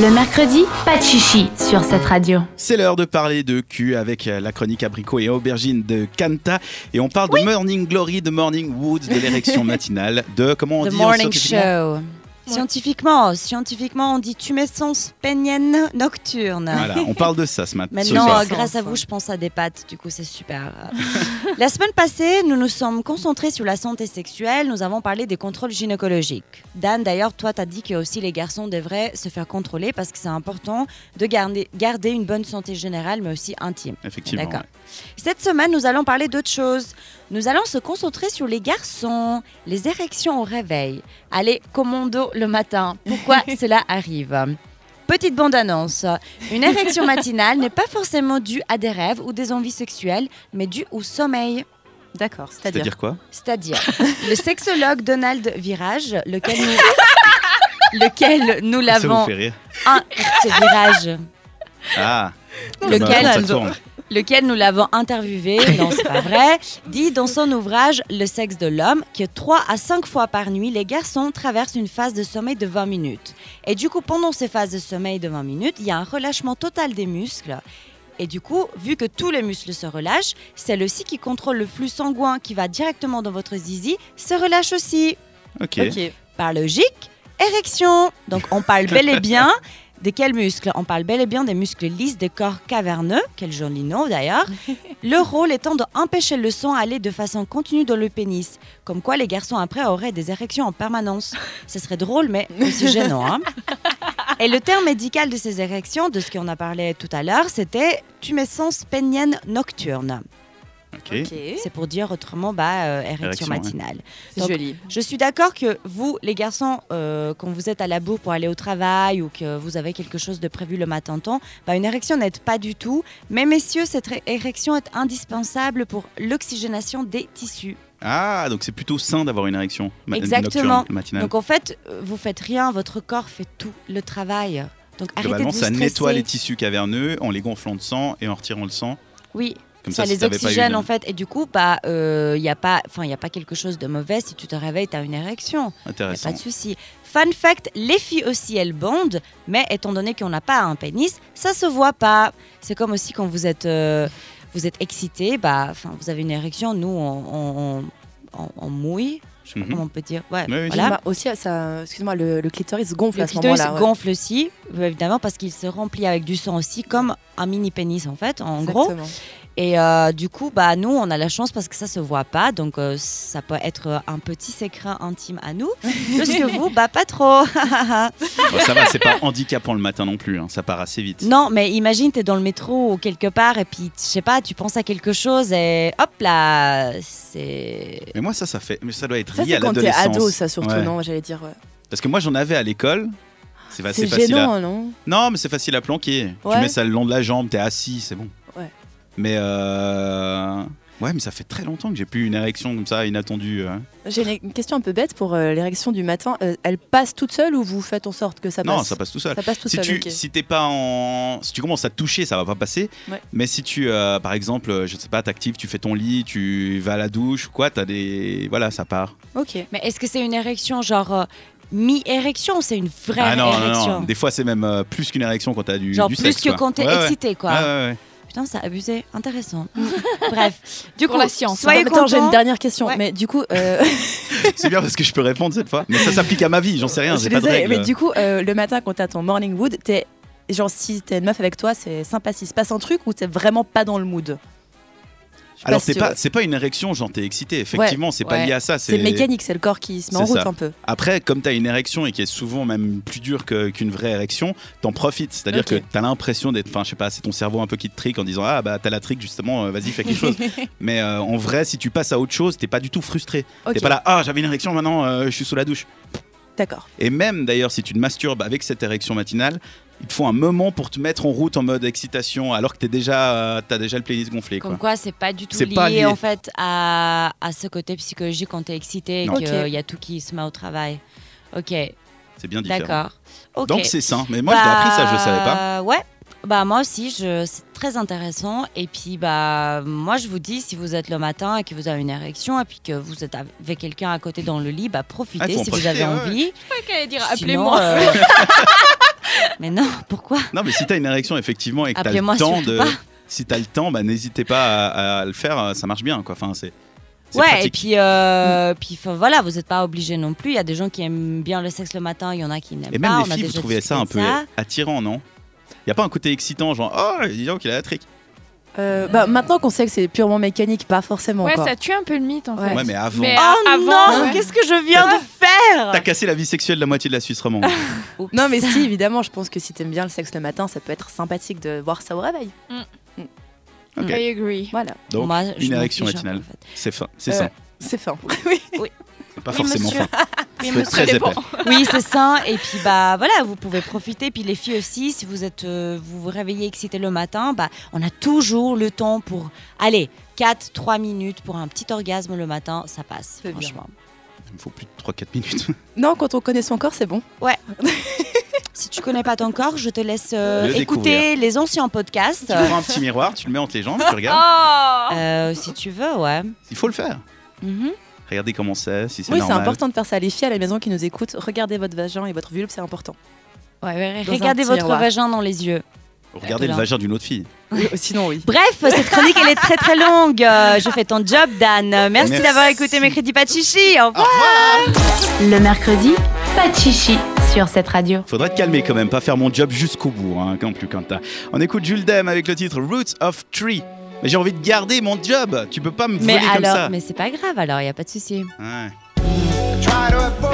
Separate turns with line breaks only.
Le mercredi, pas de chichi sur cette radio.
C'est l'heure de parler de cul avec euh, la chronique abricot et aubergine de Kanta. Et on parle de Morning Glory, de Morning Woods, de l'érection matinale, de comment on
The
dit
Morning
scientifiquement
Show.
Ouais.
Scientifiquement, scientifiquement, on dit tumescence pénienne nocturne.
Voilà, on parle de ça ce matin. ce
Maintenant,
soir.
euh, grâce à vous, je pense à des pâtes, du coup c'est super. la semaine passée, nous nous sommes concentrés sur la santé sexuelle, nous avons parlé des contrôles gynécologiques. Dan, d'ailleurs, toi, t'as dit que aussi les garçons devraient se faire contrôler parce que c'est important de garder, garder une bonne santé générale, mais aussi intime.
Effectivement.
D'accord.
ouais.
Cette semaine, nous allons parler d'autre chose. Nous allons se concentrer sur les garçons, les érections au réveil. Allez, commando le matin. Pourquoi cela arrive Petite bande-annonce. Une érection matinale n'est pas forcément due à des rêves ou des envies sexuelles, mais due au sommeil.
D'accord, c'est-à-dire.
C'est-à-dire quoi
C'est-à-dire, le sexologue Donald Virage, lequel nous, lequel nous
Ah, Ça vous
l'avons...
fait rire
un- ce virage.
Ah
Non,
Comme,
lequel
euh, ça tourne.
lequel nous l'avons interviewé, non c'est pas vrai, dit dans son ouvrage Le sexe de l'homme que 3 à 5 fois par nuit, les garçons traversent une phase de sommeil de 20 minutes. Et du coup, pendant ces phases de sommeil de 20 minutes, il y a un relâchement total des muscles. Et du coup, vu que tous les muscles se relâchent, celle aussi qui contrôle le flux sanguin qui va directement dans votre zizi se relâche aussi.
Ok.
Ok.
Par logique, érection. Donc on parle bel et bien de quels muscles On parle bel et bien des muscles lisses des corps caverneux, quel joli nom d'ailleurs. Le rôle étant d'empêcher le sang à aller de façon continue dans le pénis. Comme quoi les garçons après auraient des érections en permanence. Ce serait drôle mais aussi gênant. hein. Et le terme médical de ces érections, de ce qu'on a parlé tout à l'heure, c'était tumescence pénienne nocturne.
ok.
C'est pour dire autrement bah, euh, érection
Érection, ouais.
matinale.
C'est
Donc,
joli.
Je suis d'accord que vous, les garçons, euh, quand vous êtes à la bourre pour aller au travail ou que vous avez quelque chose de prévu le matin temps, bah, une érection n'aide pas du tout. Mais messieurs, cette ré- érection est indispensable pour l'oxygénation des tissus.
Ah, donc c'est plutôt sain d'avoir une érection ma-
Exactement.
nocturne, matinale.
Donc en fait, euh, vous faites rien, votre corps fait tout le travail. Donc arrêtez de
Globalement,
vous
ça nettoie
stresser.
les tissus caverneux en les gonflant de sang et en retirant le sang.
Oui,
Comme
ça,
si
les
t'avais pas eu
oxygène
une-
en fait. Et du coup, bah, euh, il n'y a pas, enfin, il y a pas quelque chose de mauvais si tu te réveilles, tu as une érection. Y a
Intéressant.
Pas de souci. Fun fact, les filles aussi elles bondent, mais étant donné qu'on n'a pas un pénis, ça se voit pas. C'est comme aussi quand vous êtes euh, vous êtes excité, bah, enfin vous avez une érection, nous on, on- on- on mouille, je sais pas
Mhm.
comment on peut dire. Ouais,
Oui, oui,
voilà.
Bah, aussi, ça, excuse-moi, le, le clitoris gonfle
Le
à ce
clitoris
moment-là. ouais.
gonfle aussi, euh, évidemment parce qu'il se remplit avec du sang aussi, comme un mini pénis en fait, en gros.
Exactement.
Et euh, du coup, bah nous on a la chance parce que ça se voit pas, donc euh, ça peut être un petit secret intime à nous, parce que vous, bah pas trop.
Bon, ça va, c'est pas handicapant le matin non plus. hein, Ça part assez vite.
Non, mais imagine, t'es dans le métro ou quelque part, et puis, je sais pas, tu penses à quelque chose, et hop là, c'est.
Mais moi, ça, ça fait. Mais ça doit être
Ça,
lié à
c'est quand t'es
l'adolescence.
ado, ça, surtout,
Ouais.
non J'allais dire. euh, ouais.
Parce que moi, j'en avais à l'école. Bah, C'est
C'est
assez facile hein. à.
gênant, non
Non, mais c'est facile à planquer. Tu
Ouais.
mets ça le long de la jambe, t'es assis, c'est bon.
Ouais.
Mais euh... ouais, mais ça fait très longtemps que j'ai plus une érection comme ça inattendue. hein.
J'ai une- une question un peu bête pour euh, l'érection du matin. Euh, elle passe toute seule ou vous faites en sorte que ça passe
non, ça passe tout seul.
Ça passe euh. toute
Si
seule.
tu
ok.
si t'es pas en si tu commences à te toucher, ça va pas passer.
Ouais.
Mais si tu euh, par exemple, euh, je sais pas, t'actives, tu fais ton lit, tu vas à la douche ou quoi, t'as des voilà, ça part.
Ok.
Mais est-ce que c'est une érection genre euh, mi-érection ou c'est une vraie
ah non, non,
érection
non, des fois c'est même euh, plus qu'une érection quand t'as du
Genre
du
plus
sexe,
que
quoi.
quand t'es
Ouais, ouais.
excité, quoi.
Ouais, Ah, ouais, ouais.
Putain, ça abusé, intéressant. Bref, du
Pour
coup,
la science,
soyez
Attends, j'ai une
contents.
dernière question.
Ouais.
Mais du coup, euh,
C'est bien parce que je peux répondre cette fois. Mais ça s'applique à ma vie, j'en sais rien,
je
j'ai
suis
pas de
désolée,
règles.
mais du coup, euh, le matin quand t'as ton morning wood, t'es genre si t'es une meuf avec toi, c'est sympa s'il se passe un truc ou t'es vraiment pas dans le mood. Je sais
Alors
si
c'est
tu-
pas c'est pas une érection, genre t'es excité. Effectivement, c'est pas
ouais.
lié à ça.
c'est mécanique, c'est le corps qui se met en
C'est
route
ça.
un peu.
Après, comme t'as une érection et qui est souvent même plus dure que- qu'une vraie érection, t'en profites. C'est-à-dire
Ok.
que t'as l'impression d'être, enfin je sais pas, c'est ton cerveau un peu qui te trique en disant ah bah t'as la trique justement, euh, vas-y fais quelque chose. Mais euh, en vrai, si tu passes à autre chose, t'es pas du tout frustré.
Ok.
T'es pas là ah j'avais une érection maintenant euh, je suis sous la douche.
D'accord.
Et même d'ailleurs, si tu te masturbes avec cette érection matinale, il te faut un moment pour te mettre en route en mode excitation alors que t'es déjà euh, t'as déjà le playlist gonflé quoi.
Comme quoi, c'est pas du tout
C'est
lié,
pas lié.
en fait à, à ce côté psychologique quand t'es excité et
Non.
qu'il
Ok.
y a tout qui se met au travail. Ok,
C'est bien différent.
d'accord. Ok.
Donc c'est sain. Mais moi j'ai appris ça, je le savais pas.
Bah, Ouais. Bah moi aussi, je... c'est très intéressant. Et puis bah moi je vous dis, si vous êtes le matin et que vous avez une érection et puis que vous êtes avec quelqu'un à côté dans le lit, bah profitez
Ah, faut en
si vous
profiter,
avez
ouais,
envie.
Je crois qu'elle allait dire
Sinon,
appelez-moi.
euh, Mais non, pourquoi
Non, mais si t'as une érection, effectivement, et que t'as
Appelez-moi
le temps
surtout
de.
pas.
Si t'as le temps, bah, n'hésitez pas à, à le faire, ça marche bien, quoi. Enfin, c'est. c'est
Ouais, et
pratique.
puis, euh, puis enfin, voilà, vous n'êtes pas obligé non plus. Il y a des gens qui aiment bien le sexe le matin, il y en a qui n'aiment pas.
Et même
bah, on
les
a
filles, vous
déjà
trouvez ça un peu euh,
discuté de
attirant, non Il y a pas un côté excitant, genre oh, dis donc, il a la trique.
Euh, bah, maintenant qu'on sait que c'est purement mécanique, pas forcément.
Ouais,
quoi.
ça tue un peu le mythe en
Ouais.
fait.
Ouais, mais avant.
Mais-
ça.
Ah,
Oh
avant,
non,
ouais.
qu'est-ce que je viens de faire
T'as cassé la vie sexuelle de la moitié de la Suisse romande.
Oups.
Non, mais si, évidemment, je pense que si t'aimes bien le sexe le matin, ça peut être sympathique de voir ça au réveil.
Ok.
I agree.
Voilà,
Donc,
Moi, je
une
m'en
érection
fiche un
matinale.
peu, en fait.
C'est fin, c'est
Euh,
ça.
c'est fin. oui.
C'est Pas
oui,
forcément
monsieur.
fin. Ça peut être très épais.
Oui, c'est ça. Et puis, bah voilà, vous pouvez profiter. Puis les filles aussi, si vous êtes, euh, vous, vous réveillez excité le matin, bah on a toujours le temps pour aller 4-3 minutes pour un petit orgasme le matin, ça passe,
C'est bien.
franchement.
Il me faut plus de 3-4 minutes.
Non, quand on connaît son corps, c'est bon.
Si tu connais pas ton corps, je te laisse euh,
Le
écouter
découvrir.
les anciens podcasts.
tu prends un petit miroir, tu le mets entre les jambes, tu regardes.
Oh
Euh, si tu veux, ouais.
Il faut le faire.
Mhm.
Regardez comment c'est, si c'est
oui, c'est
normal.
important de faire ça. Les filles à la maison qui nous écoutent, regardez votre vagin et votre vulve, c'est important.
Ouais, ouais,
Dans un
Regardez
petit
votre
miroir.
vagin dans les yeux.
Regardez le
Voilà.
vagin d'une autre fille.
Oui, sinon, oui.
Bref, cette chronique, elle est très très longue. Euh, je fais ton job, Dan. Merci,
Merci. Ah,
d'avoir écouté mes crédits pas de chichi. Au revoir.
Le mercredi, pas de chichi sur cette radio.
Faudrait te calmer quand même, pas faire mon job jusqu'au bout, hein, quand plus quand t'as. On écoute Jules Dem avec le titre Roots of Tree. Mais j'ai envie de garder mon job, tu peux pas me voler
Mais
comme
alors,
ça.
mais c'est pas grave alors, il y a pas de souci.
Ouais.
Try to avoid